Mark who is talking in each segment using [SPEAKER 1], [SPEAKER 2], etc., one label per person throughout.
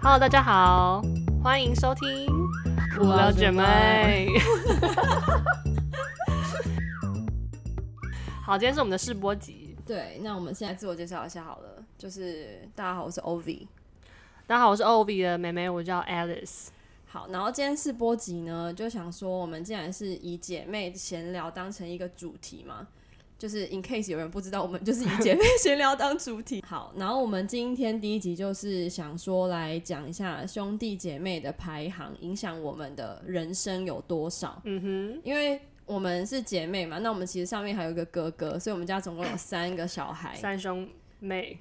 [SPEAKER 1] Hello，大家好，欢迎收听
[SPEAKER 2] 无聊姐妹。
[SPEAKER 1] 好，今天是我们的试播集。
[SPEAKER 2] 对，那我们现在自我介绍一下好了，就是大家好，我是 OV。
[SPEAKER 1] 大家好，我是 OV 的妹妹，我叫 Alice。
[SPEAKER 2] 好，然后今天试播集呢，就想说我们既然是以姐妹闲聊当成一个主题嘛，就是 in case 有人不知道，我们就是以姐妹 闲聊当主题。好，然后我们今天第一集就是想说来讲一下兄弟姐妹的排行，影响我们的人生有多少。
[SPEAKER 1] 嗯
[SPEAKER 2] 因为我们是姐妹嘛，那我们其实上面还有一个哥哥，所以我们家总共有三个小孩
[SPEAKER 1] 哼，。三兄妹，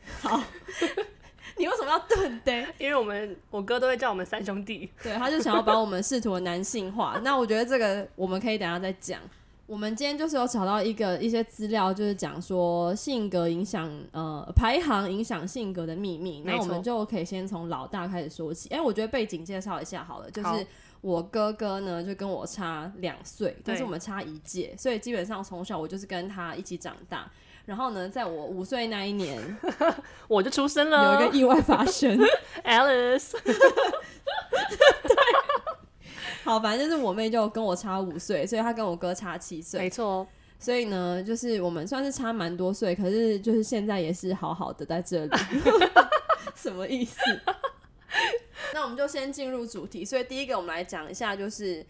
[SPEAKER 2] 你为什么要顿 呆？
[SPEAKER 1] 因为我们我哥都会叫我们三兄弟。
[SPEAKER 2] 对，他就想要把我们试图的男性化。那我觉得这个我们可以等一下再讲。我们今天就是有找到一个一些资料，就是讲说性格影响呃排行影响性格的秘密。
[SPEAKER 1] 没
[SPEAKER 2] 那
[SPEAKER 1] 错
[SPEAKER 2] 我们就可以先从老大开始说起。哎、我觉得背景介绍一下好了，就
[SPEAKER 1] 好
[SPEAKER 2] 是我哥哥呢就跟我差两岁，但是
[SPEAKER 1] 对
[SPEAKER 2] 我们差一届，所以基本上从小我就是跟他一起长大。然后呢，在我五岁那 一年，
[SPEAKER 1] 我就出生
[SPEAKER 2] 有一
[SPEAKER 1] 了
[SPEAKER 2] 个意外发生，
[SPEAKER 1] ，Alice。
[SPEAKER 2] 好，反正就是我妹就跟我差五岁，所以她跟我哥差七岁
[SPEAKER 1] 没，错，
[SPEAKER 2] 所以呢，就是我们算是差蛮多岁，可是就是现在也是好好的在这 里，什么意思？那我们就先进入主题，所以第一个我们来讲一下，就是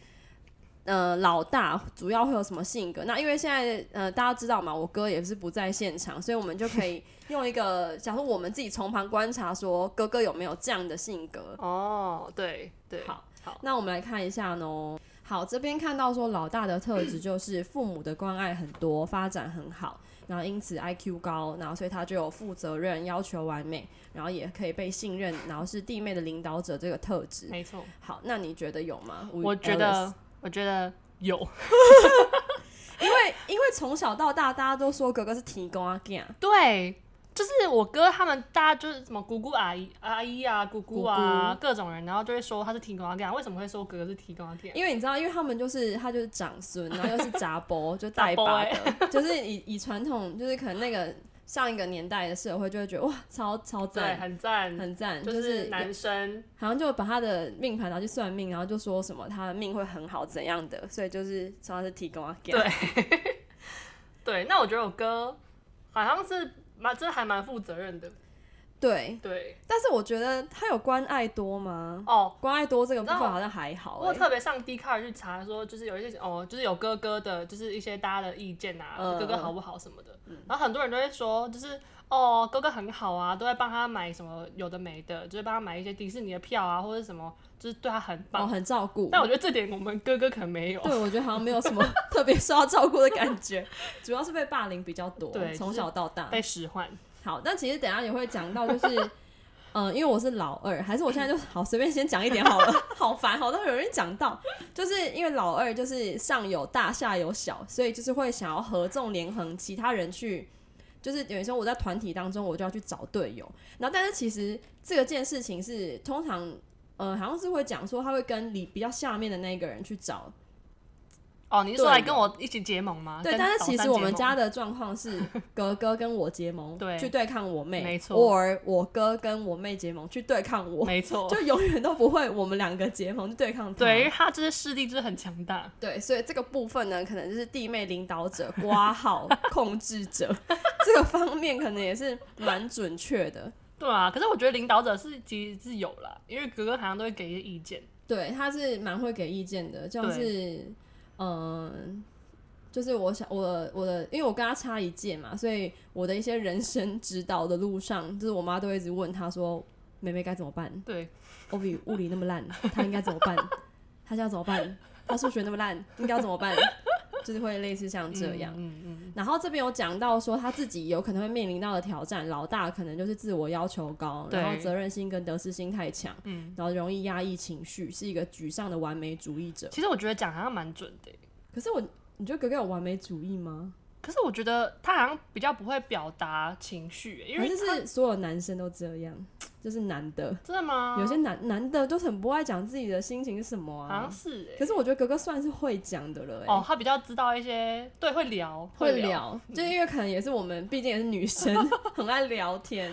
[SPEAKER 2] 呃老大主要会有什么性格？那因为现在呃大家知道嘛，我哥也是不在现场，所以我们就可以用一个，假如我们自己从旁观察，说哥哥有没有这样的性格？
[SPEAKER 1] 哦，对对，
[SPEAKER 2] 好，
[SPEAKER 1] 好
[SPEAKER 2] 那我们来看一下呢。好，这边看到说老大的特质就是父母的关爱很多，发展很好，然后因此 IQ 高，然后所以他就有负责任、要求完美，然后也可以被信任，然后是弟妹的领导者这个特质。
[SPEAKER 1] 没错，
[SPEAKER 2] 好，那你觉得有吗？
[SPEAKER 1] 我觉得，我觉得有，
[SPEAKER 2] Alice，因为因为从小到大大家都说哥哥是提供啊 g
[SPEAKER 1] 对，就是我哥他们大家就是什么姑姑阿姨阿姨啊、姑姑啊各种人，然后就会说他是提供阿啊干，为什么会说哥哥是提供阿啊干？
[SPEAKER 2] 因为你知道，因为他们就是他就是长孙，然后又是 杂波，就带把
[SPEAKER 1] 欸
[SPEAKER 2] 的，就是以以传统，就是可能那个上一个年代的社会就会觉得哇，超超
[SPEAKER 1] 对，
[SPEAKER 2] 赞，
[SPEAKER 1] 很赞，
[SPEAKER 2] 很赞，
[SPEAKER 1] 就
[SPEAKER 2] 就是是
[SPEAKER 1] 男生
[SPEAKER 2] 好像就把他的命盘拿去算命，然后就说什么他的命会很好怎样的，所以就是说他是提供啊，给
[SPEAKER 1] 对对。那我觉得我哥好像是蛮，真的还蛮负责任的，
[SPEAKER 2] 对，
[SPEAKER 1] 对
[SPEAKER 2] 但是我觉得他有关爱多吗？
[SPEAKER 1] 哦。
[SPEAKER 2] 关爱多这个部分
[SPEAKER 1] 你知道
[SPEAKER 2] 好像还好、
[SPEAKER 1] 我有
[SPEAKER 2] 欸
[SPEAKER 1] 特别上 d 卡去查，说就是有一些哦，就是有哥哥的，就是一些大家的意见啊，
[SPEAKER 2] 嗯
[SPEAKER 1] 哥哥好不好什么的。然后很多人都会说，就是哦，哥哥很好啊，都会帮他买什么有的没的，就是帮他买一些迪士尼的票啊，或者什么，就是对他很
[SPEAKER 2] 哦，
[SPEAKER 1] 棒。
[SPEAKER 2] 很照顾。
[SPEAKER 1] 但我觉得这点我们哥哥可能没有。
[SPEAKER 2] 对，我觉得好像没有什么 特别受到照顾的感觉，主要是被霸凌比较多
[SPEAKER 1] 对，
[SPEAKER 2] 从
[SPEAKER 1] 就是
[SPEAKER 2] 小到大。
[SPEAKER 1] 被使唤，
[SPEAKER 2] 好，但其实等一下也会讲到，就是，嗯、因为我是老二，还是我现在就好随便先讲一点好了， 好烦，好多有人讲到，就是因为老二就是上有大下有小，所以就是会想要合纵连横，其他人去。就是等于说我在团体当中，我就要去找队友。然后，但是其实这个件事情是通常，呃，好像是会讲说他会跟你比较下面的那个人去找
[SPEAKER 1] 哦，你是说来
[SPEAKER 2] 对
[SPEAKER 1] 跟我一起结盟吗？
[SPEAKER 2] 对，
[SPEAKER 1] 啊跟
[SPEAKER 2] 但是
[SPEAKER 1] 早
[SPEAKER 2] 其
[SPEAKER 1] 餐
[SPEAKER 2] 实我
[SPEAKER 1] 结
[SPEAKER 2] 们
[SPEAKER 1] 盟
[SPEAKER 2] 家的状况是 哥哥跟我结盟，
[SPEAKER 1] 对
[SPEAKER 2] 去对抗我妹，
[SPEAKER 1] 没错
[SPEAKER 2] ，or 我哥跟我妹结盟去对抗我，
[SPEAKER 1] 没错，
[SPEAKER 2] 就嗯永远都不会我们两个结盟去对抗他。
[SPEAKER 1] 对，因为他就是势力就是很强大，
[SPEAKER 2] 对，所以这个部分呢，可能就是弟妹领导者、挂号控制者这个方面，可能也是蛮准确的。
[SPEAKER 1] 对啊。可是我觉得领导者是其实是有啦，因为哥哥好像都会给一些意见，
[SPEAKER 2] 对，他是蛮会给意见的，像是嗯。就是我想我我的，因为我跟他差一届嘛，所以我的一些人生指导的路上，就是我妈都会一直问他说：“妹妹该怎么办？
[SPEAKER 1] 对，
[SPEAKER 2] 欧比物理那么烂，他应该怎么办？他现在怎么办？他数学那么烂，应该要怎么办？”就是会类似像这样。
[SPEAKER 1] 嗯嗯
[SPEAKER 2] 然后这边有讲到说他自己有可能会面临到的挑战，老大可能就是自我要求高，
[SPEAKER 1] 对
[SPEAKER 2] 然后责任心跟得失心太强，
[SPEAKER 1] 嗯
[SPEAKER 2] 然后容易压抑情绪，是一个沮丧的完美主义者。
[SPEAKER 1] 其实我觉得讲好像蛮准的欸，
[SPEAKER 2] 可是我，你觉得哥哥有完美主义吗？
[SPEAKER 1] 可是我觉得他好像比较不会表达情绪欸，因
[SPEAKER 2] 还
[SPEAKER 1] 为
[SPEAKER 2] 是
[SPEAKER 1] 他
[SPEAKER 2] 是所有男生都这样，就是男的，
[SPEAKER 1] 真的吗？
[SPEAKER 2] 有些男男的都很不爱讲自己的心情是什么
[SPEAKER 1] 好
[SPEAKER 2] 啊
[SPEAKER 1] 像。是欸
[SPEAKER 2] 可是我觉得哥哥算是会讲的了、欸，
[SPEAKER 1] 哦，他比较知道一些，对，会聊，
[SPEAKER 2] 会
[SPEAKER 1] 聊，
[SPEAKER 2] 聊，就因为可能也是我们，毕竟也是女生，很爱聊天，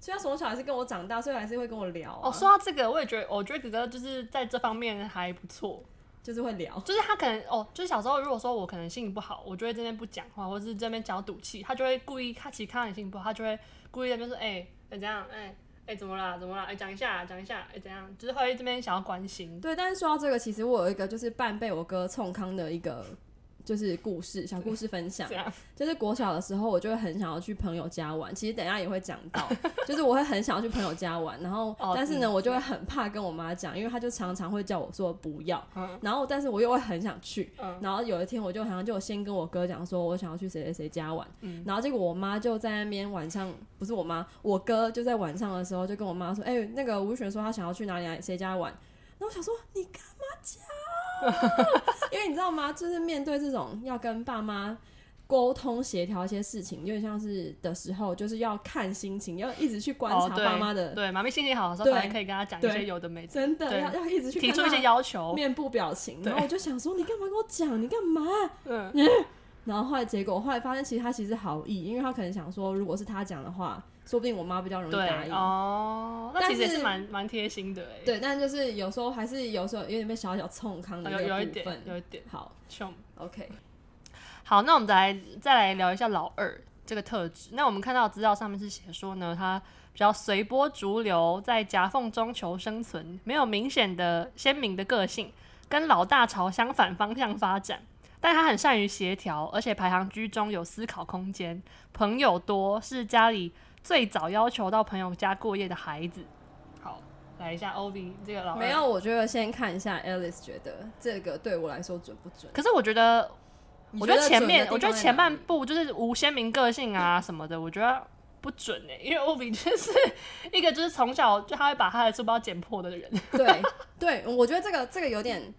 [SPEAKER 2] 所以他从小还是跟我长大，所以还是会跟我聊、啊，
[SPEAKER 1] 哦，说到这个，我也觉得，我觉得哥哥就是在这方面还不错，
[SPEAKER 2] 就是会聊。
[SPEAKER 1] 就是他可能哦，就是小时候如果说我可能心情不好，我就会这边不讲话，或者是这边讲赌气，他就会故意，他其实看到你心情不好，他就会故意在那边说，哎、哎怎样，哎、哎、怎么啦，怎么啦，哎、讲一下，讲一下，哎、怎样，就是会这边想要关心。
[SPEAKER 2] 对，但是说到这个，其实我有一个就是半被我哥冲康的一个就是故事，小故事分享
[SPEAKER 1] 这。样，
[SPEAKER 2] 就是国小的时候，我就会很想要去朋友家玩。其实等一下也会讲到， 就是我会很想要去朋友家玩，然后
[SPEAKER 1] 哦
[SPEAKER 2] 但是呢，
[SPEAKER 1] 嗯
[SPEAKER 2] 我就会很怕跟我妈讲，因为她就常常会叫我说不要
[SPEAKER 1] 嗯，
[SPEAKER 2] 然后但是我又会很想去
[SPEAKER 1] 嗯，
[SPEAKER 2] 然后有一天我就好像就有先跟我哥讲说，我想要去谁谁谁家玩
[SPEAKER 1] 嗯，
[SPEAKER 2] 然后结果我妈就在那边晚上，不是我妈，我哥就在晚上的时候就跟我妈说，哎，那个吴璇说他想要去哪里哪里谁家玩，然后我想说你干嘛讲？ 因为你知道吗？就是面对这种要跟爸妈沟通协调一些事情，有点像是的时候，就是要看心情，要一直去观
[SPEAKER 1] 哦
[SPEAKER 2] 察
[SPEAKER 1] 对
[SPEAKER 2] 爸妈的，
[SPEAKER 1] 对，妈咪心情好的时候，
[SPEAKER 2] 对
[SPEAKER 1] 反正可以跟他讲一些
[SPEAKER 2] 对
[SPEAKER 1] 有的没的，
[SPEAKER 2] 真的
[SPEAKER 1] 对
[SPEAKER 2] 要要一直去
[SPEAKER 1] 提
[SPEAKER 2] 看
[SPEAKER 1] 出一些
[SPEAKER 2] 他
[SPEAKER 1] 要求。
[SPEAKER 2] 面部表情。
[SPEAKER 1] 哦对
[SPEAKER 2] 然后我就想说，你干嘛跟我讲？你干嘛？
[SPEAKER 1] 嗯，
[SPEAKER 2] 然后后来结果后来发现，其实他其实好意，因为他可能想说，如果是他讲的话，说不定我妈比较容易答
[SPEAKER 1] 对
[SPEAKER 2] 应。
[SPEAKER 1] 哦，那
[SPEAKER 2] 但
[SPEAKER 1] 其实也
[SPEAKER 2] 是
[SPEAKER 1] 是蛮蛮贴心的哎。
[SPEAKER 2] 对，但就是有时候还是有时候有点被小小冲康的
[SPEAKER 1] 哦，
[SPEAKER 2] 那
[SPEAKER 1] 有
[SPEAKER 2] 个
[SPEAKER 1] 有一
[SPEAKER 2] 部
[SPEAKER 1] 点
[SPEAKER 2] 分，。
[SPEAKER 1] 有一点
[SPEAKER 2] 好
[SPEAKER 1] 凶。
[SPEAKER 2] ，OK，
[SPEAKER 1] 好，那我们再来再来聊一下老二这个特质。那我们看到的资料上面是写说呢，他比较随波逐流，在夹缝中求生存，没有明显的鲜明的个性，跟老大朝相反方向发展。但他很善于协调，而且排行居中，有思考空间，朋友多，是家里最早要求到朋友家过夜的孩子。好，来一下 OV 这个老二
[SPEAKER 2] 没有，我觉得先看一下 Alice 觉得这个对我来说准不准。
[SPEAKER 1] 可是我觉得
[SPEAKER 2] 你
[SPEAKER 1] 我觉得前
[SPEAKER 2] 准的
[SPEAKER 1] 面，
[SPEAKER 2] 地
[SPEAKER 1] 我觉得
[SPEAKER 2] 方在
[SPEAKER 1] 前
[SPEAKER 2] 哪
[SPEAKER 1] 半
[SPEAKER 2] 里
[SPEAKER 1] 部就是无鲜明个性啊什么的，我觉得不准哎、因为欧比就是一个就是从小就他会把他的书包剪破的人，
[SPEAKER 2] 对对，我觉得这个这个有点，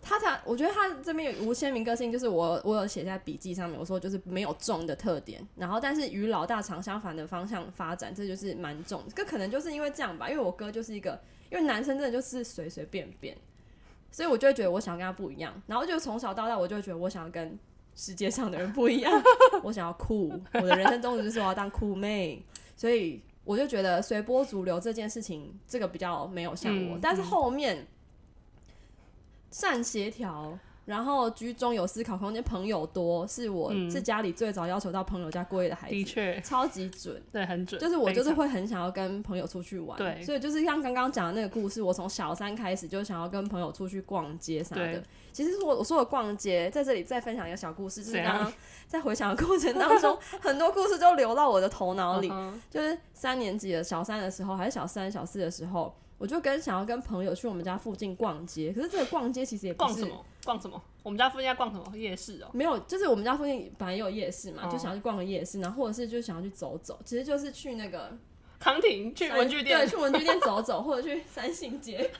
[SPEAKER 2] 他他，我觉得他这边有无鲜明个性，就是我我有写在笔记上面，我说就是没有重的特点，然后但是与老大常相反的方向发展，这就是蛮重。这可能就是因为这样吧，因为我哥就是一个，因为男生真的就是随随便便，所以我就会觉得我想跟他不一样，然后就从小到大我就会觉得我想要跟。世界上的人不一样， 我想要酷，我的人生宗旨就是我要当酷妹，所以我就觉得随波逐流这件事情，这个比较没有像我，
[SPEAKER 1] 嗯
[SPEAKER 2] 但是后面善协调，然后居中有思考空间，朋友多，是我、
[SPEAKER 1] 嗯
[SPEAKER 2] 是家里最早要求到朋友家过夜的孩
[SPEAKER 1] 的
[SPEAKER 2] 子，
[SPEAKER 1] 确，
[SPEAKER 2] 超级准。
[SPEAKER 1] 对，很准，
[SPEAKER 2] 就是我
[SPEAKER 1] 非
[SPEAKER 2] 就是
[SPEAKER 1] 常
[SPEAKER 2] 会很想要跟朋友出去玩，
[SPEAKER 1] 对
[SPEAKER 2] 所以就是像刚刚讲的那个故事，我从小三开始就想要跟朋友出去逛街啥的
[SPEAKER 1] 对。
[SPEAKER 2] 其实我我说的逛街，在这里再分享一个小故事，就是
[SPEAKER 1] 怎
[SPEAKER 2] 刚
[SPEAKER 1] 样
[SPEAKER 2] 刚在回想的过程当中，很多故事都流到我的头脑里。
[SPEAKER 1] 嗯哼
[SPEAKER 2] 就是三年级的小三的时候，还是小三、小四的时候，我就跟想要跟朋友去我们家附近逛街。可是这个逛街其实也不
[SPEAKER 1] 逛
[SPEAKER 2] 是
[SPEAKER 1] 什么逛什么，我们家附近在逛什么夜市哦、
[SPEAKER 2] 没有，就是我们家附近本来也有夜市嘛，
[SPEAKER 1] 哦
[SPEAKER 2] 就想要去逛个夜市，然后或者是就想要去走走，其实就是去那个
[SPEAKER 1] 康婷去文具店
[SPEAKER 2] 对，去文具店走走，或者去三 信街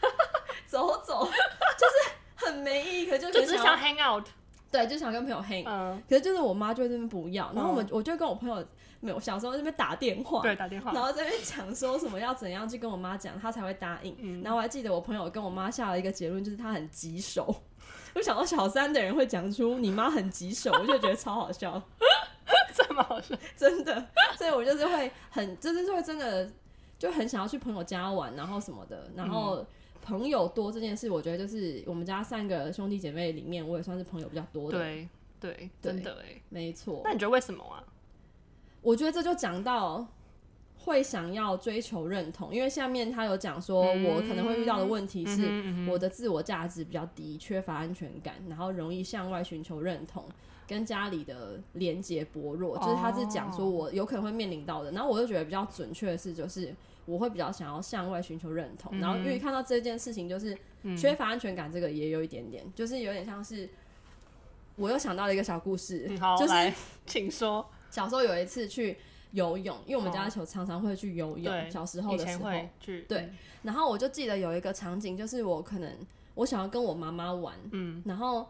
[SPEAKER 2] 走走，就是很没意义，可就
[SPEAKER 1] 就只是
[SPEAKER 2] 想
[SPEAKER 1] 想
[SPEAKER 2] 要
[SPEAKER 1] hang out，
[SPEAKER 2] 对，就想跟朋友 hang。
[SPEAKER 1] 嗯，
[SPEAKER 2] 可是就是我妈就在那边不要，然后我们
[SPEAKER 1] 哦
[SPEAKER 2] 我就跟我朋友没有小时候在那边打电话，
[SPEAKER 1] 对，打电
[SPEAKER 2] 然
[SPEAKER 1] 话，
[SPEAKER 2] 后在那边讲说什么要怎样去跟我妈讲，她才会答应。
[SPEAKER 1] 嗯
[SPEAKER 2] 然后我还记得我朋友跟我妈下了一个结论，就是她很棘手。 我想到小三的人会讲出你妈很棘手，我就觉得超好笑，
[SPEAKER 1] 这么好笑，
[SPEAKER 2] 真的。所以我就是会很，就是会真的就很想要去朋友家玩，然后什么的，然
[SPEAKER 1] 嗯
[SPEAKER 2] 后。朋友多这件事，我觉得就是我们家三个兄弟姐妹里面，我也算是朋友比较多的。，
[SPEAKER 1] 对对，真的哎、
[SPEAKER 2] 没错。
[SPEAKER 1] 那你觉得为什么啊？
[SPEAKER 2] 我觉得这就讲到会想要追求认同，因为下面他有讲说，
[SPEAKER 1] 嗯
[SPEAKER 2] 我可能会遇到的问题
[SPEAKER 1] 嗯
[SPEAKER 2] 是
[SPEAKER 1] 哼嗯哼
[SPEAKER 2] 我的自我价值比较低，缺乏安全感，然后容易向外寻求认同，跟家里的连接薄弱，
[SPEAKER 1] 哦
[SPEAKER 2] 就是他是讲说我有可能会面临到的。然后我就觉得比较准确的是，就是我会比较想要向外寻求认同，
[SPEAKER 1] 嗯
[SPEAKER 2] 然后因为看到这件事情，就是
[SPEAKER 1] 嗯
[SPEAKER 2] 缺乏安全感这个也有一点点，就是有点像是。我又想到了一个小故事，
[SPEAKER 1] 嗯好，
[SPEAKER 2] 就是
[SPEAKER 1] 来，请说，
[SPEAKER 2] 小时候有一次去游泳，因为我们家
[SPEAKER 1] 哦
[SPEAKER 2] 球常常会去游泳，
[SPEAKER 1] 对，
[SPEAKER 2] 小时候
[SPEAKER 1] 以
[SPEAKER 2] 的时
[SPEAKER 1] 前
[SPEAKER 2] 候。
[SPEAKER 1] 会去，
[SPEAKER 2] 对然后我就记得有一个场景，就是我可能我想要跟我妈妈玩，
[SPEAKER 1] 嗯，
[SPEAKER 2] 然后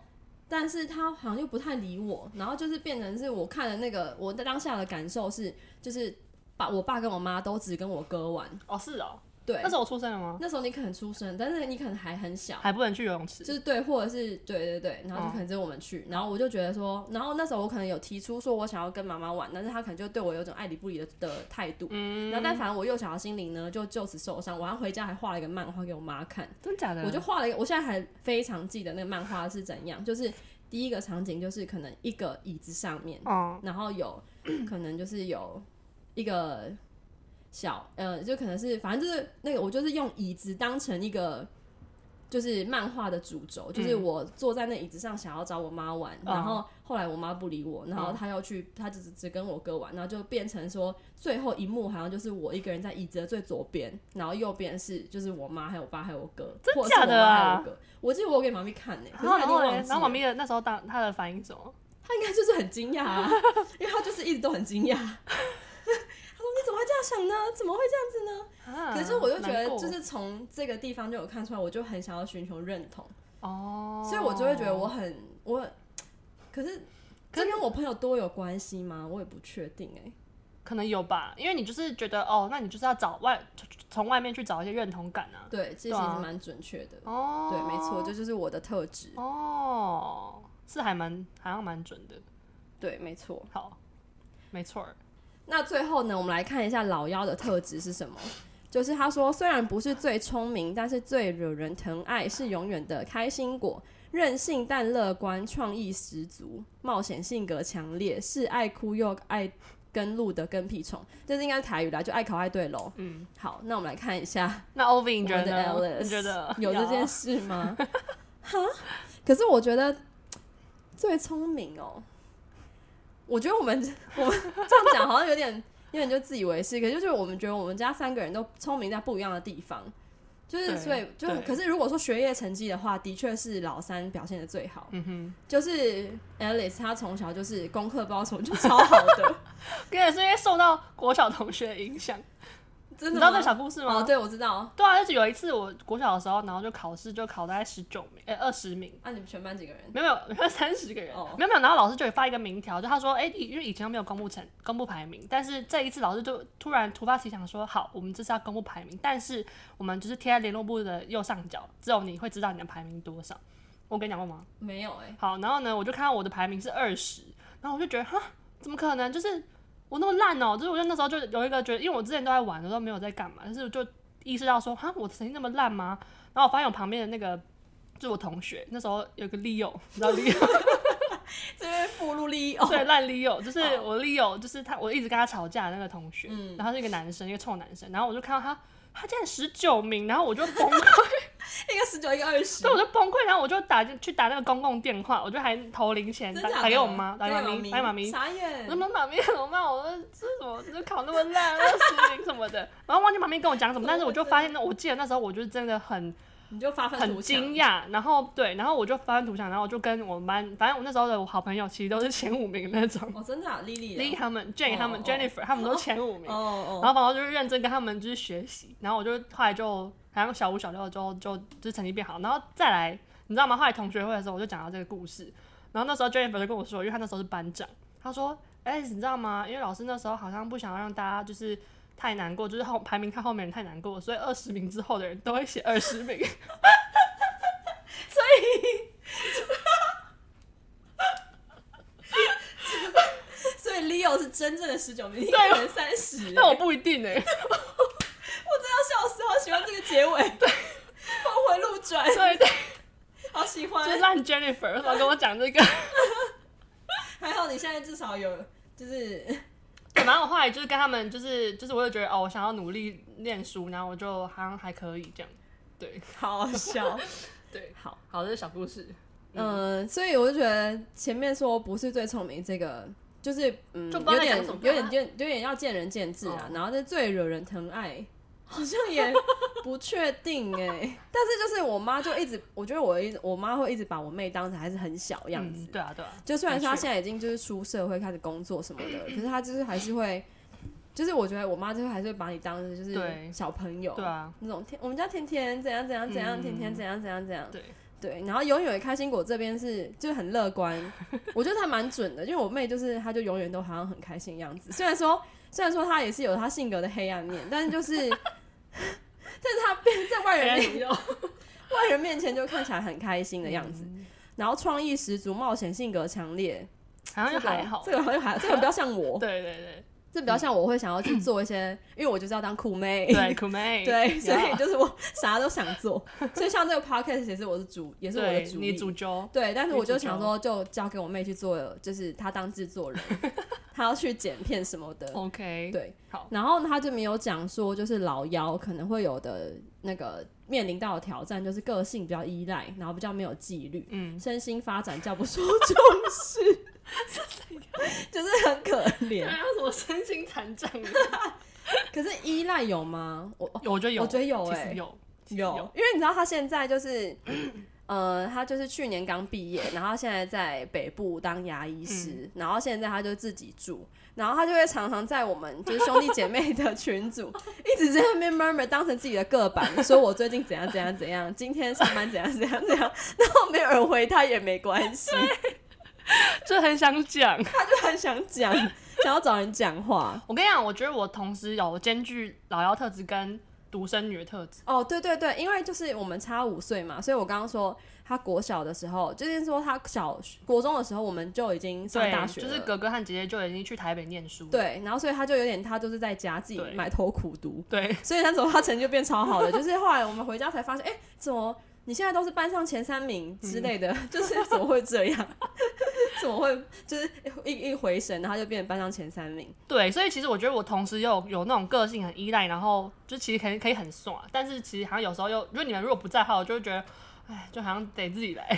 [SPEAKER 2] 但是她好像又不太理我，然后就是变成是我看的那个我当下的感受是，就是爸我爸跟我妈都只跟我哥玩，
[SPEAKER 1] 哦是哦，
[SPEAKER 2] 对
[SPEAKER 1] 那时，候我出生了吗？
[SPEAKER 2] 那时候你可能出生，但是你可能还很小，
[SPEAKER 1] 还不能去游泳池
[SPEAKER 2] 就。是对，或者是对对对，然后就可能只有我们去，然后我就觉得说，然后那时候我可能有提出说我想要跟妈妈玩，但是她可能就对我有种爱理不理的的态度，然后但反正我幼小的心灵呢就就此受伤，我要回家还画了一个漫画给我妈看，
[SPEAKER 1] 真假的？
[SPEAKER 2] 我就画了一个，我现在还非常记得那个漫画是怎样，就是第一个场景就是可能一个椅子上面，
[SPEAKER 1] 嗯
[SPEAKER 2] 然 后有可能就是有一个小呃，就可能是反正就是那个我就是用椅子当成一个就是漫画的主轴，就是我坐在那椅子上想要找我妈玩，
[SPEAKER 1] 嗯
[SPEAKER 2] 然后后来我妈不理我，然
[SPEAKER 1] 哦
[SPEAKER 2] 后她要去，她只只跟我哥玩，然后就变成说最后一幕好像就是我一个人在椅子的最左边，然后右边是就是我妈还有我爸还有我哥，
[SPEAKER 1] 真
[SPEAKER 2] 或者是
[SPEAKER 1] 假的啊
[SPEAKER 2] 我妈还有我哥，我记得我有给妈咪看呢、可
[SPEAKER 1] 然后然
[SPEAKER 2] 是她一定
[SPEAKER 1] 后
[SPEAKER 2] 忘
[SPEAKER 1] 嘞
[SPEAKER 2] 记了
[SPEAKER 1] 然后妈咪的那时候当她的反应是什么？
[SPEAKER 2] 他应该就是很惊讶啊， 因为他就是一直都很惊讶。他 说：“你怎么会这样想呢？怎么会这样
[SPEAKER 1] 啊？”
[SPEAKER 2] 可是我就觉
[SPEAKER 1] 难
[SPEAKER 2] 得，
[SPEAKER 1] 过
[SPEAKER 2] 就是从这个地方就有看出来，我就很想要寻求认同，
[SPEAKER 1] 哦，
[SPEAKER 2] 所以我就会觉得我很我很，可是
[SPEAKER 1] 可
[SPEAKER 2] 这跟我朋友多有关系吗？我也不确定哎、
[SPEAKER 1] 可能有吧，因为你就是觉得哦，那你就是要找外从外面去找一些认同感啊。
[SPEAKER 2] 对，这其
[SPEAKER 1] 对
[SPEAKER 2] 实
[SPEAKER 1] 啊
[SPEAKER 2] 蛮准确的。
[SPEAKER 1] 哦，
[SPEAKER 2] 对，没错，这就是我的特质。
[SPEAKER 1] 哦，是还蛮好像蛮准的。
[SPEAKER 2] 对，没错。
[SPEAKER 1] 好，没错儿。
[SPEAKER 2] 那最后呢，我们来看一下老妖的特质是什么。就是他说，虽然不是最聪明，但是最惹人疼爱，是永远的开心果。任性但乐观，创意十足，冒险性格强烈，是爱哭又爱跟路的跟屁虫。这是应该是台语啦，就爱考爱对喽。
[SPEAKER 1] 嗯，
[SPEAKER 2] 好，那我们来看一下
[SPEAKER 1] 那 Ovi
[SPEAKER 2] 我
[SPEAKER 1] 你觉得
[SPEAKER 2] 们的
[SPEAKER 1] 呢
[SPEAKER 2] Alice
[SPEAKER 1] 你觉 得
[SPEAKER 2] 有这件
[SPEAKER 1] 要
[SPEAKER 2] 事 吗？哈，可是我觉得最聪明哦，我觉得我们 我们这样讲好像有点 有点就自以为是，可是就是我们觉得我们家三个人都聪明在不一样的地方，就是
[SPEAKER 1] 对
[SPEAKER 2] 所以就
[SPEAKER 1] 对
[SPEAKER 2] 可是如果说学业成绩的话，的确是老三表现的最好，
[SPEAKER 1] 嗯哼，
[SPEAKER 2] 就是 Alice 她从小就是功课不知道什么就超好 的，
[SPEAKER 1] 也是因为受到国小同学的影响。你
[SPEAKER 2] 真
[SPEAKER 1] 知
[SPEAKER 2] 的
[SPEAKER 1] 道这
[SPEAKER 2] 吗
[SPEAKER 1] 个小故事吗？
[SPEAKER 2] 哦，对我知道，
[SPEAKER 1] 对啊，就是有一次我国小的时候，然后就考试就考大概十九名，哎、二十名，
[SPEAKER 2] 啊，你们全班几个人？
[SPEAKER 1] 没有没有三十个人，
[SPEAKER 2] 哦
[SPEAKER 1] 没有没有。然后老师就有发一个名条，就他说，哎、因为以前都没有公布成公布排名，但是这一次老师就突然突发奇想说，好，我们这次要公布排名，但是我们就是贴在联络簿的右上角，只有你会知道你的排名多少。我跟你讲过吗？
[SPEAKER 2] 没有哎、
[SPEAKER 1] 好，然后呢，我就看到我的排名是二十，然后我就觉得哈，怎么可能？就是我那么烂哦、就是我就那时候就有一个觉得，因为我之前都在玩，我都没有在干嘛，但是我就意识到说，哈，我的成绩那么烂吗？然后我发现我旁边的那个就是我同学，那时候有个 Leo，你知道 Leo
[SPEAKER 2] 这边附录利益哦，
[SPEAKER 1] 对烂 Leo，就是我 Leo，就是他，我一直跟他吵架的那个同学，
[SPEAKER 2] 嗯
[SPEAKER 1] 然后是一个男生，一个臭男生，然后我就看到他。他竟然十九名，然后我就崩 溃，
[SPEAKER 2] 一个十九，一个二十
[SPEAKER 1] 所以。我就崩溃，然后我就打进去打那个公共电话，我就还投零钱
[SPEAKER 2] 真
[SPEAKER 1] 打
[SPEAKER 2] 假的
[SPEAKER 1] 打给我妈，打给妈咪，
[SPEAKER 2] 咪，
[SPEAKER 1] 打给妈咪，
[SPEAKER 2] 傻
[SPEAKER 1] 我
[SPEAKER 2] 眼
[SPEAKER 1] 说。妈妈咪怎么办？我说这什么？这考那么烂，二十名什么的，然后忘记妈咪跟我讲什么，但是我就发现，我记得那时候我就真的很
[SPEAKER 2] 你就发愤
[SPEAKER 1] 很
[SPEAKER 2] 图强
[SPEAKER 1] 惊讶，然后对，然后我就翻图像，然后我就跟我们班，反正我那时候的我好朋友其实都是前五名那种
[SPEAKER 2] 哦，真的啊，Lily
[SPEAKER 1] ，Lee
[SPEAKER 2] 啊
[SPEAKER 1] 他们、Jane 他们、
[SPEAKER 2] 哦哦
[SPEAKER 1] Jennifer 他们都前五名，
[SPEAKER 2] 哦哦，
[SPEAKER 1] 然后反正我就是认真跟他们就是学习，然后我就后来就好像小五小六之后就就成绩变好，然后再来你知道吗？后来同学会的时候我就讲到这个故事，然后那时候 Jennifer 就跟我说，因为他那时候是班长，他说：“哎、你知道吗？因为老师那时候好像不想要让大家就是太难过，就是后排名看后面人太难过，所以二十名之后的人都会写二十 名。”
[SPEAKER 2] 所以 Leo 是真正的十九名，
[SPEAKER 1] 对
[SPEAKER 2] 可能三十。
[SPEAKER 1] 但我不一定哎、
[SPEAKER 2] 我真要笑死，好喜欢这个结 尾， 对，峰回路转，
[SPEAKER 1] 所以对，
[SPEAKER 2] 好喜
[SPEAKER 1] 就是
[SPEAKER 2] 欢。
[SPEAKER 1] 让 Jennifer 然后跟我讲这个。
[SPEAKER 2] 还好你现在至少有，就是
[SPEAKER 1] 反正我后来就是跟他们，就是就是，我就觉得哦，我想要努力念书，然后我就好像还可以这样。对
[SPEAKER 2] 好好笑。
[SPEAKER 1] 对，
[SPEAKER 2] 好，
[SPEAKER 1] 好，这是小故事，
[SPEAKER 2] 嗯，所以我就觉得前面说不是最聪明这个。就是嗯，
[SPEAKER 1] 就
[SPEAKER 2] 有
[SPEAKER 1] 不知道在
[SPEAKER 2] 点
[SPEAKER 1] 讲什么
[SPEAKER 2] 有点有点有点要见仁见智啊
[SPEAKER 1] 哦
[SPEAKER 2] 然后这最惹人 疼爱，好像也不确定哎、但是就是我妈就一直，我觉得我一直我妈会一直把我妹当成还是很小样子
[SPEAKER 1] 嗯，，对啊，对啊，
[SPEAKER 2] 就虽然说他
[SPEAKER 1] 的确
[SPEAKER 2] 现在已经就是出社会开始工作什么 的，可是他就是还是会，就是我觉得我妈就是还是会把你当成就是
[SPEAKER 1] 对
[SPEAKER 2] 小朋友，
[SPEAKER 1] 对 啊，
[SPEAKER 2] 那种天我们家甜甜怎样怎样怎样，甜甜怎样怎样怎样，
[SPEAKER 1] 嗯对，
[SPEAKER 2] 对，然后永远开心果这边是就是很 乐观，我觉得他蛮准的，因为我妹就是她就永远都好像很开 心的样子，虽然说虽然说她也是有她性格的黑暗面，但是就是。但是他变在外人面
[SPEAKER 1] 没 有，
[SPEAKER 2] 外人面前就看起来很开心的样子，
[SPEAKER 1] 嗯
[SPEAKER 2] 然后创意十足，冒险性格强烈，
[SPEAKER 1] 好像
[SPEAKER 2] 这
[SPEAKER 1] 就
[SPEAKER 2] 个
[SPEAKER 1] 还好。
[SPEAKER 2] 这个好像还这个比较像 我，
[SPEAKER 1] 对 对
[SPEAKER 2] 这比较像我会想要去做一些，因为我就是要当酷妹，
[SPEAKER 1] 对对，苦妹，
[SPEAKER 2] 对，所以
[SPEAKER 1] 呀
[SPEAKER 2] 就是我啥都想做，所以像这个 podcast 也是我的主，也是我的
[SPEAKER 1] 对
[SPEAKER 2] 主
[SPEAKER 1] 你
[SPEAKER 2] 力，
[SPEAKER 1] 主揪，
[SPEAKER 2] 对，但是
[SPEAKER 1] 你
[SPEAKER 2] 我就
[SPEAKER 1] 主
[SPEAKER 2] 想
[SPEAKER 1] 角
[SPEAKER 2] 说，就交给我妹去做，就是她当制 作人，她要去剪片什么的，
[SPEAKER 1] OK，，
[SPEAKER 2] 对，
[SPEAKER 1] 哦好，
[SPEAKER 2] 然后她就没有讲说，就是老妖可能会有的那个面临到的挑战，就是个性比较依赖，然后比较没有纪律，
[SPEAKER 1] 嗯，
[SPEAKER 2] 身心发展较不受重视， 就是很可怜。
[SPEAKER 1] 还有什么身心残障？
[SPEAKER 2] 可是依赖有吗？我
[SPEAKER 1] 有，我觉得有，
[SPEAKER 2] 我觉得有
[SPEAKER 1] 其
[SPEAKER 2] 欸
[SPEAKER 1] 实有，其实
[SPEAKER 2] 有，因为你知道他现在就是， 呃，他就是去年刚毕业，然后现在在北部当牙医师，
[SPEAKER 1] 嗯
[SPEAKER 2] 然后现在他就自己住，然后他就会常常在我们就是兄弟姐妹的群组 一直在那边 murmur 当成自己的个板，说我最近怎样怎样怎样，今天上班怎样怎样怎样，然后没有人回他也没关系，
[SPEAKER 1] 就很想讲。
[SPEAKER 2] 他就很想讲，想要找人讲话。
[SPEAKER 1] 我跟你讲，我觉得我同时有兼具老妖特质跟独生女的特质。
[SPEAKER 2] 哦，对对对，因为就是我们差五岁嘛，所以我刚刚说他国小的时候，就是说他小国中的时候，我们就已经上
[SPEAKER 1] 对，
[SPEAKER 2] 大学了，
[SPEAKER 1] 就是哥哥和姐姐就已经去台北念书。
[SPEAKER 2] 对，然后所以他就有点他就是在家自己
[SPEAKER 1] 对
[SPEAKER 2] 埋头苦读，
[SPEAKER 1] 对，
[SPEAKER 2] 所以那时候他成绩变超好的，就是后来我们回家才发现，哎，怎么你现在都是班上前三名之
[SPEAKER 1] 嗯
[SPEAKER 2] 类的， 就是怎么会这样？ 怎么会就是一一回神，然后就变成班上前三名？
[SPEAKER 1] 对，所以其实我觉得我同时有有那种个性很依赖，然后就其实可以可以很爽，啊但是其实好像有时候又，如果你们如果不在的话，我就会觉得，哎，就好像得自己来，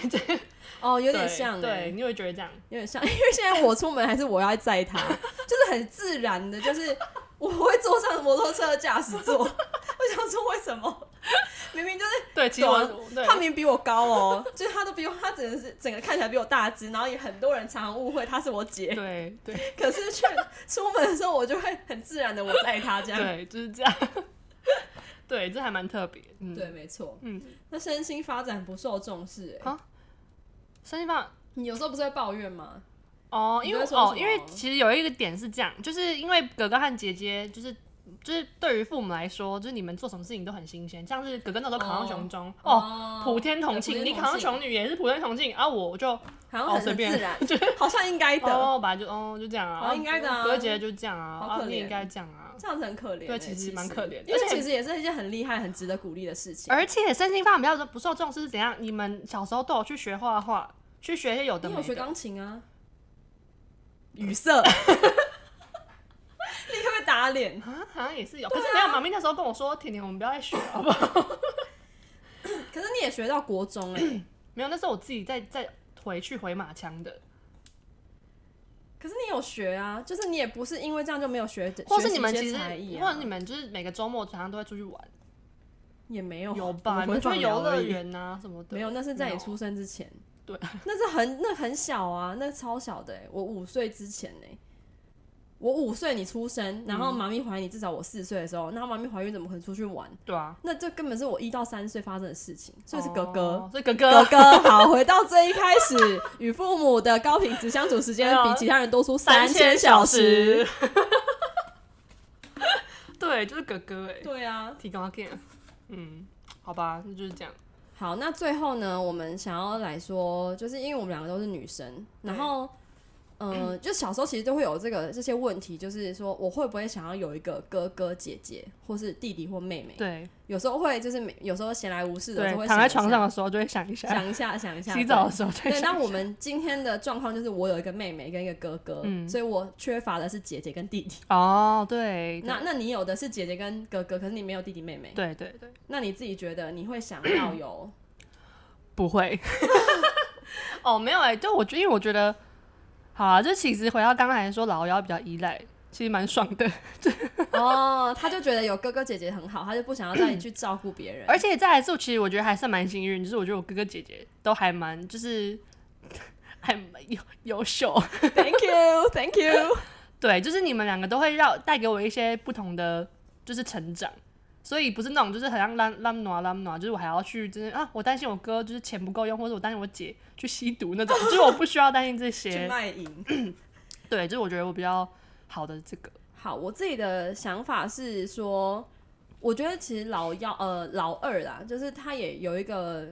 [SPEAKER 2] 哦，有
[SPEAKER 1] 有
[SPEAKER 2] 点像、欸，
[SPEAKER 1] 对，你会觉得这样，
[SPEAKER 2] 有点像， 因为现在我出门还是我要载他， 就是很自然的，就是我会坐上摩托车的驾驶座。 我想说为什么？ 明明就是
[SPEAKER 1] 对，其实我
[SPEAKER 2] 懂
[SPEAKER 1] 对
[SPEAKER 2] 他明明比我高哦，就是他都比我，他整个是整个看起来比我大只，然后也很多人常常误会他是我姐，
[SPEAKER 1] 对对
[SPEAKER 2] 可是却出门的时候我就会很自然的我载他这样。
[SPEAKER 1] 对，就是这样， 对，这还蛮特别，嗯，
[SPEAKER 2] 对，没错。
[SPEAKER 1] 嗯，
[SPEAKER 2] 那身心发展不受重视、欸，
[SPEAKER 1] 啊身心放
[SPEAKER 2] 你有时候不是会抱怨吗？
[SPEAKER 1] 哦，
[SPEAKER 2] 你
[SPEAKER 1] 因为
[SPEAKER 2] 在说
[SPEAKER 1] 哦
[SPEAKER 2] 什，么啊
[SPEAKER 1] 因为其实有一个点是这样，就是因为哥哥和姐姐就是。就是对于父母来说，就是你们做什么事情都很新鲜，像是哥哥那时候考上雄中，哦，
[SPEAKER 2] 哦
[SPEAKER 1] 普天同庆，
[SPEAKER 2] 对
[SPEAKER 1] 你
[SPEAKER 2] 普天
[SPEAKER 1] 考上雄女也是普天同庆，啊，我就
[SPEAKER 2] 好像
[SPEAKER 1] 哦
[SPEAKER 2] 很
[SPEAKER 1] 随
[SPEAKER 2] 自
[SPEAKER 1] 便
[SPEAKER 2] 然， 好像应该的，
[SPEAKER 1] 哦，本来就哦就这样啊，
[SPEAKER 2] 哦应该的啊
[SPEAKER 1] 哥哥姐姐就这样啊，
[SPEAKER 2] 好可
[SPEAKER 1] 啊你也
[SPEAKER 2] 怜
[SPEAKER 1] 应该这样啊。
[SPEAKER 2] 这样子很可怜欸、
[SPEAKER 1] 对其实蛮可怜的
[SPEAKER 2] 因为
[SPEAKER 1] 而且
[SPEAKER 2] 其实也是一件很厉害、很值得鼓励的事情。
[SPEAKER 1] 而且身心发展比较不受重视是怎样？你们小时候都有去学画画，去学一些有的
[SPEAKER 2] 你
[SPEAKER 1] 没的。
[SPEAKER 2] 有学钢琴 啊？语塞， 你可不可以打脸？
[SPEAKER 1] 啊，好像也是有，可是没有。妈咪那时候跟我说，甜甜，我们不要再学啊了，好不好？
[SPEAKER 2] 可是你也学到国中哎、
[SPEAKER 1] 没有，那时候我自己在在回去回马枪的，
[SPEAKER 2] 可是你有学啊，就是你也不是因为这样就没有学，
[SPEAKER 1] 或是你们
[SPEAKER 2] 学习
[SPEAKER 1] 其
[SPEAKER 2] 一
[SPEAKER 1] 实，
[SPEAKER 2] 些才艺啊、
[SPEAKER 1] 或者你们就是每个周末常常都会出去玩，
[SPEAKER 2] 也没有啊
[SPEAKER 1] 有吧？
[SPEAKER 2] 哦我
[SPEAKER 1] 你
[SPEAKER 2] 们
[SPEAKER 1] 们
[SPEAKER 2] 放
[SPEAKER 1] 去
[SPEAKER 2] 疗
[SPEAKER 1] 游乐
[SPEAKER 2] 而已
[SPEAKER 1] 园啊什么的，
[SPEAKER 2] 没有，那是在
[SPEAKER 1] 没
[SPEAKER 2] 你
[SPEAKER 1] 有
[SPEAKER 2] 出生之前。
[SPEAKER 1] 对，
[SPEAKER 2] 那是很那很小啊，那超小的、欸。我五岁之前呢、我五岁你出生，然后
[SPEAKER 1] 嗯
[SPEAKER 2] 妈咪怀你，至少我四岁的时候，那妈咪怀孕怎么可能出去玩？
[SPEAKER 1] 对啊，
[SPEAKER 2] 那这根本是我一到三岁发生的事情，所以是哥哥。
[SPEAKER 1] 哦，所以哥
[SPEAKER 2] 哥
[SPEAKER 1] 哥，
[SPEAKER 2] 哥，好，回到最一开始，与父母的高品质相处时间
[SPEAKER 1] 对
[SPEAKER 2] 比
[SPEAKER 1] 啊
[SPEAKER 2] 其他人多出
[SPEAKER 1] 3000
[SPEAKER 2] 千时。。
[SPEAKER 1] 对，就是哥哥哎、
[SPEAKER 2] 对啊，
[SPEAKER 1] 提高 g 嗯，好吧，那就是这样。
[SPEAKER 2] 好，那最后呢，我们想要来说，就是因为我们两个都是女生，然后，嗯、就小时候其实都会有这个这些问题，就是说我会不会想要有一个哥哥姐姐，或是弟弟或妹妹？
[SPEAKER 1] 对
[SPEAKER 2] 有时候会，就是每有时候闲来无事的时候
[SPEAKER 1] 对，
[SPEAKER 2] 会
[SPEAKER 1] 躺
[SPEAKER 2] 想
[SPEAKER 1] 在
[SPEAKER 2] 一
[SPEAKER 1] 床
[SPEAKER 2] 下
[SPEAKER 1] 上的时候就会想一下，
[SPEAKER 2] 想一下，想一 下，
[SPEAKER 1] 洗
[SPEAKER 2] 对
[SPEAKER 1] 澡的时候就会
[SPEAKER 2] 对，
[SPEAKER 1] 想
[SPEAKER 2] 那
[SPEAKER 1] 一
[SPEAKER 2] 我
[SPEAKER 1] 下。
[SPEAKER 2] 们今天的状况就是，我有一个妹妹跟一个哥哥，
[SPEAKER 1] 嗯
[SPEAKER 2] 所以我缺乏的是姐姐跟弟弟。
[SPEAKER 1] 哦，对，
[SPEAKER 2] 那那你有的是姐姐跟哥哥，可是你没有弟弟妹妹。
[SPEAKER 1] 对对对，
[SPEAKER 2] 那你自己觉得你会想要有？
[SPEAKER 1] 不会。 哦，没有哎、就我觉得，因为我觉得，好啊，就其实回到刚才说老幺比较依赖，其实蛮爽的。
[SPEAKER 2] 哦，他就觉得有哥哥姐姐很好，他就不想要再去照顾别 人。
[SPEAKER 1] 而且再来是，其实我觉得还算蛮幸运，就是我觉得我哥哥姐姐都还蛮就是。 还蛮优优秀，
[SPEAKER 2] Thank you, Thank you。
[SPEAKER 1] 对，就是你们两个都会让带给我一些不同的就是成长，所以不是那种就是很像拉拉暖拉暖，就是我还要去就是啊，我担心我哥就是钱不够用，或者我担心我姐去吸毒那种，就是我不需要担心这
[SPEAKER 2] 去
[SPEAKER 1] 些。
[SPEAKER 2] 卖淫。
[SPEAKER 1] 对，就是我觉得我比较好的这个，
[SPEAKER 2] 好，我自己的想法是说，我觉得其实老幺呃老二啦，就是他也有一个，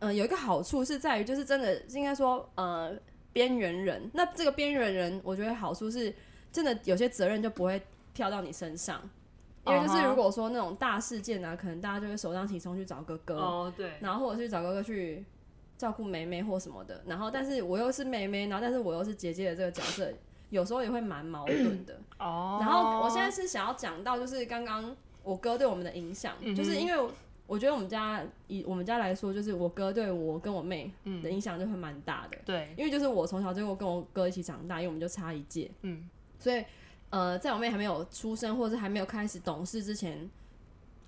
[SPEAKER 2] 呃，有一个好处是在于，就是真的应该说呃边缘人。那这个边缘人，我觉得好处是真的有些责任就不会飘到你身上，因为就是
[SPEAKER 1] 嗯哼
[SPEAKER 2] 如果说那种大事件啊，可能大家就会首当其冲去找哥哥，
[SPEAKER 1] 哦，对，
[SPEAKER 2] 然后或者是找哥哥去照顾妹妹或什么的。然后但是我又是妹妹，然后但是我又是姐姐的这个角色，有时候也会蛮矛 盾的。
[SPEAKER 1] 哦，
[SPEAKER 2] 然后我现在是想要讲到，就是刚刚我哥对我们的影响，
[SPEAKER 1] 嗯哼
[SPEAKER 2] 就是因为我觉得我们家以我们家来说，就是我哥对我跟我妹的影响就会蛮大的，
[SPEAKER 1] 嗯对，
[SPEAKER 2] 因为就是我从小就跟我哥一起长大，因为我们就差一届，
[SPEAKER 1] 嗯，
[SPEAKER 2] 所以呃，在我妹还没有出生或者是还没有开始懂事之前，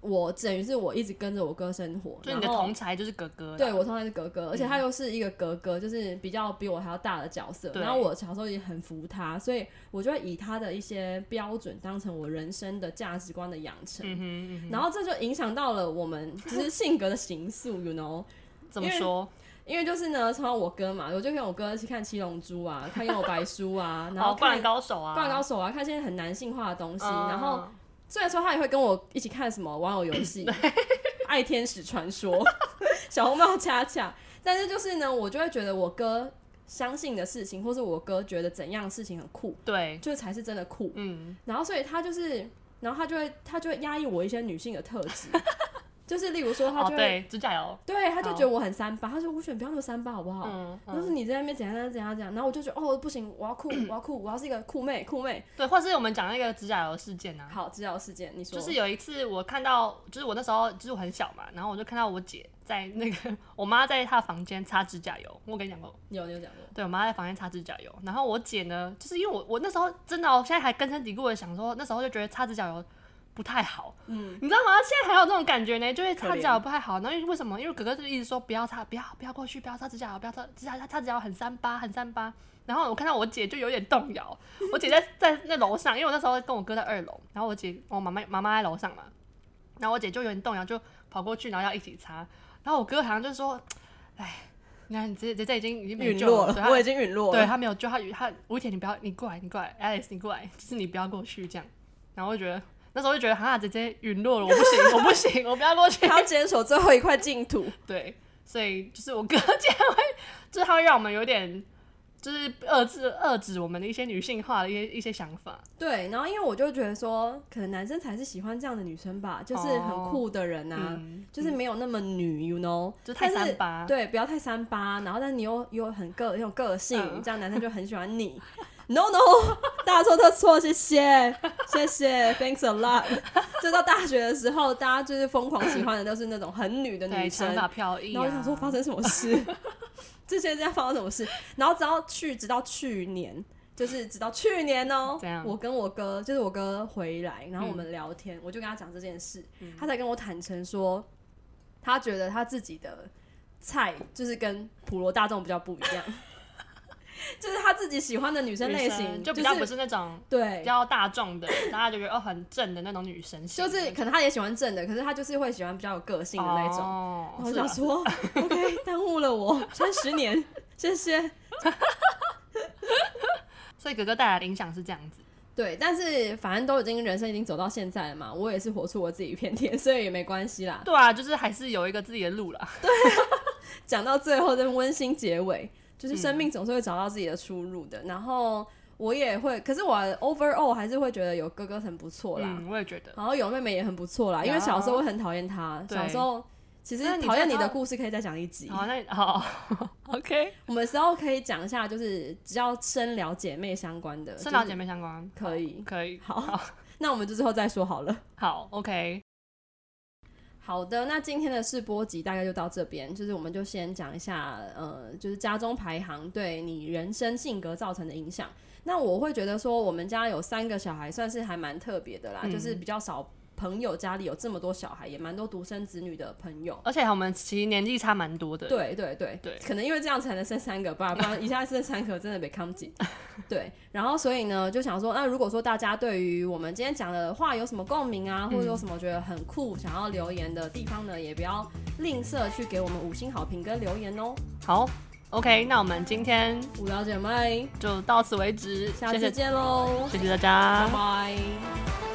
[SPEAKER 2] 我等于是我一直跟着我哥生活，
[SPEAKER 1] 就你的
[SPEAKER 2] 然后
[SPEAKER 1] 同才就是哥哥啦，嗯
[SPEAKER 2] 对我通常是哥哥，而且他又是一个哥哥，就是比较比我还要大的角色。
[SPEAKER 1] 对
[SPEAKER 2] 然后我小时候也很服他，所以我就会以他的一些标准当成我人生的价值观的养成。
[SPEAKER 1] 嗯哼，嗯
[SPEAKER 2] 然后这就影响到了我 们就是性格的形塑，you know，
[SPEAKER 1] 哼怎么
[SPEAKER 2] 因为
[SPEAKER 1] 说？
[SPEAKER 2] 因为就是呢，从小我哥嘛，我就跟我哥一起看《七龙珠》啊，看《幽游白书》 啊，然
[SPEAKER 1] 哦，
[SPEAKER 2] 后
[SPEAKER 1] 灌
[SPEAKER 2] 看
[SPEAKER 1] 篮高手啊，
[SPEAKER 2] 《灌篮高手》啊，看一些很男性化的东西。
[SPEAKER 1] 嗯
[SPEAKER 2] 然后虽然说他也会跟我一起看什么玩偶游 戏、爱天使传说、 小红帽恰恰，但是就是呢，我就会觉得我哥相信的事情，或是我哥觉得怎样的事情很酷，
[SPEAKER 1] 对，
[SPEAKER 2] 就才是真的酷。
[SPEAKER 1] 嗯，
[SPEAKER 2] 然后所以他就是，然后他就会他就会压抑我一些女性的特 质，就是例如说他
[SPEAKER 1] 哦
[SPEAKER 2] 就会、嗯
[SPEAKER 1] 对，指甲油，
[SPEAKER 2] 对他就觉得我很三八，他说吴选不要那么三八好不好？
[SPEAKER 1] 嗯，
[SPEAKER 2] 就是你在那边怎样怎样怎样怎样，然后我就觉得哦不行，我要酷，我要酷，我要是一个酷妹酷妹。
[SPEAKER 1] 对，或是我们讲那个指甲油事件啊，
[SPEAKER 2] 好，知道事件，你说
[SPEAKER 1] 就是有一次我看到，就是我那时候就是我很小嘛，然后我就看到我姐在那个 我妈在她的房间擦指甲油，我跟你讲过，
[SPEAKER 2] 有你有讲过，
[SPEAKER 1] 对我妈在房间擦指甲油，然后我姐呢，就是因为我我那时候真的哦、我现在还根深蒂固的想说，那时候就觉得擦指甲油不太好，
[SPEAKER 2] 嗯，
[SPEAKER 1] 你知道吗？现在还有这种感觉呢，就是擦
[SPEAKER 2] 可
[SPEAKER 1] 指
[SPEAKER 2] 怜
[SPEAKER 1] 甲油不太好。然后因为为什么？因为哥哥就一直说不要擦，不要不要过去，不要擦指甲油，不要擦指甲擦指甲油很三八，很三八。然后我看到我姐就有点动摇，我姐在在那楼上，因为我那时候跟我哥在二楼，然后我姐我妈妈妈妈在楼上嘛，然后我姐就有点动摇，就跑过去，然后要一起擦。然后我哥好像就说：“哎，你看你姐姐姐已经已经没
[SPEAKER 2] 陨
[SPEAKER 1] 救
[SPEAKER 2] 落
[SPEAKER 1] 对
[SPEAKER 2] 了，
[SPEAKER 1] 他
[SPEAKER 2] 我已经陨落
[SPEAKER 1] 对
[SPEAKER 2] 了。
[SPEAKER 1] 他没有救，他他吴一田，你不要，你过来，你过来，Alex，你过来，就是你不要过去这样。然后我就觉得那时候就觉得哈，姐姐陨落了，我不行，我不行，我不要过去。
[SPEAKER 2] 他要坚守最后一块净土，
[SPEAKER 1] 对，所以就是我哥 竟然会，就是他会让我们有点，就是遏制遏制我们的一些女性化的一些一些想法。
[SPEAKER 2] 对。然后因为我就觉得说，可能男生才是喜欢这样的女生吧，就是很酷的人啊，
[SPEAKER 1] 嗯，
[SPEAKER 2] 就是没有那么女，you know，
[SPEAKER 1] 就是太
[SPEAKER 2] 但
[SPEAKER 1] 三八
[SPEAKER 2] 对，不要太三八。然后，但是你又又很个很有个性，
[SPEAKER 1] 嗯
[SPEAKER 2] 这样男生就很喜欢你。No no，大 错特错，谢谢谢谢，Thanks a lot。就到大学的时候，大家就是疯狂喜欢的都是那种很女的
[SPEAKER 1] 对，
[SPEAKER 2] 女
[SPEAKER 1] 长
[SPEAKER 2] 生，
[SPEAKER 1] 发飘逸、啊。
[SPEAKER 2] 然后我想说发生什么 事，这些在发生什么事？然后直到去，直到去年，就是直到去年哦、
[SPEAKER 1] 怎样
[SPEAKER 2] 我跟我哥，就是我哥回来，然后我们聊天，我就跟他讲这件事，
[SPEAKER 1] 嗯
[SPEAKER 2] 他才跟我坦诚说，他觉得他自己的菜就是跟普罗大众比较不一 样，就是他自己喜欢的女生
[SPEAKER 1] 女
[SPEAKER 2] 类型，
[SPEAKER 1] 生就比
[SPEAKER 2] 是
[SPEAKER 1] 较不是那种比
[SPEAKER 2] 对。
[SPEAKER 1] 较大众的，大家就觉得哦很正的那种女生型
[SPEAKER 2] 就
[SPEAKER 1] 的，
[SPEAKER 2] 是可能他也喜欢正的，可是他就是会喜欢比较有个性的那一种。
[SPEAKER 1] 哦
[SPEAKER 2] 然后我
[SPEAKER 1] 是啊
[SPEAKER 2] 想 说，OK，耽误了我三十年，谢谢。
[SPEAKER 1] 所以哥哥带来的影响是这样子。
[SPEAKER 2] 对，但是反正都已经人生已经走到现在了嘛，我也是活出我自己一片天，所以也没关系啦。
[SPEAKER 1] 对啊，就是还是有一个自己的路啦。
[SPEAKER 2] 讲到最后，这温馨结尾，就是生命总是会找到自己的出路的。然后我也会，可是我 overall 还是会觉得有哥哥很不错啦，
[SPEAKER 1] 嗯，我也觉得。
[SPEAKER 2] 然后有妹妹也很不错啦，因为小时候我很讨厌她，
[SPEAKER 1] 对
[SPEAKER 2] 小时候。其实
[SPEAKER 1] 那你
[SPEAKER 2] 讨厌
[SPEAKER 1] 知
[SPEAKER 2] 你
[SPEAKER 1] 道
[SPEAKER 2] 的故事可以再讲一集，
[SPEAKER 1] 好，那你 好 ，OK，
[SPEAKER 2] 我们之后可以讲一下，就是只要深聊姐妹相关的，
[SPEAKER 1] 生老
[SPEAKER 2] 就是
[SPEAKER 1] 姐妹相关
[SPEAKER 2] 可以
[SPEAKER 1] 可以，
[SPEAKER 2] 好， 那我们就之后再说好了。
[SPEAKER 1] 好，OK，
[SPEAKER 2] 好的，那今天的试播集大概就到这边，就是我们就先讲一下，呃，就是家中排行对你人生性格造成的影响。那我会觉得说，我们家有三个小孩，算是还蛮特别的啦，
[SPEAKER 1] 嗯
[SPEAKER 2] 就是比较少朋友家里有这么多小孩，也蛮多独生子女的朋友。
[SPEAKER 1] 而且我们其实年纪差蛮多的，，
[SPEAKER 2] 对对对
[SPEAKER 1] 对
[SPEAKER 2] 可能因为这样才能生三个 吧，不然一下生三个真的被扛紧。对，然后所以呢，就想说，那如果说大家对于我们今天讲的话有什么共鸣
[SPEAKER 1] 嗯
[SPEAKER 2] 啊，或者有什么觉得很酷想要留言的地方呢，也不要吝啬去给我们五星好评跟留言哦。
[SPEAKER 1] 好，OK，那我们今天
[SPEAKER 2] 无聊姐妹，
[SPEAKER 1] 就到此为止，
[SPEAKER 2] 下
[SPEAKER 1] 谢
[SPEAKER 2] 次
[SPEAKER 1] 谢，
[SPEAKER 2] 见喽，
[SPEAKER 1] 谢谢大家，
[SPEAKER 2] 拜拜。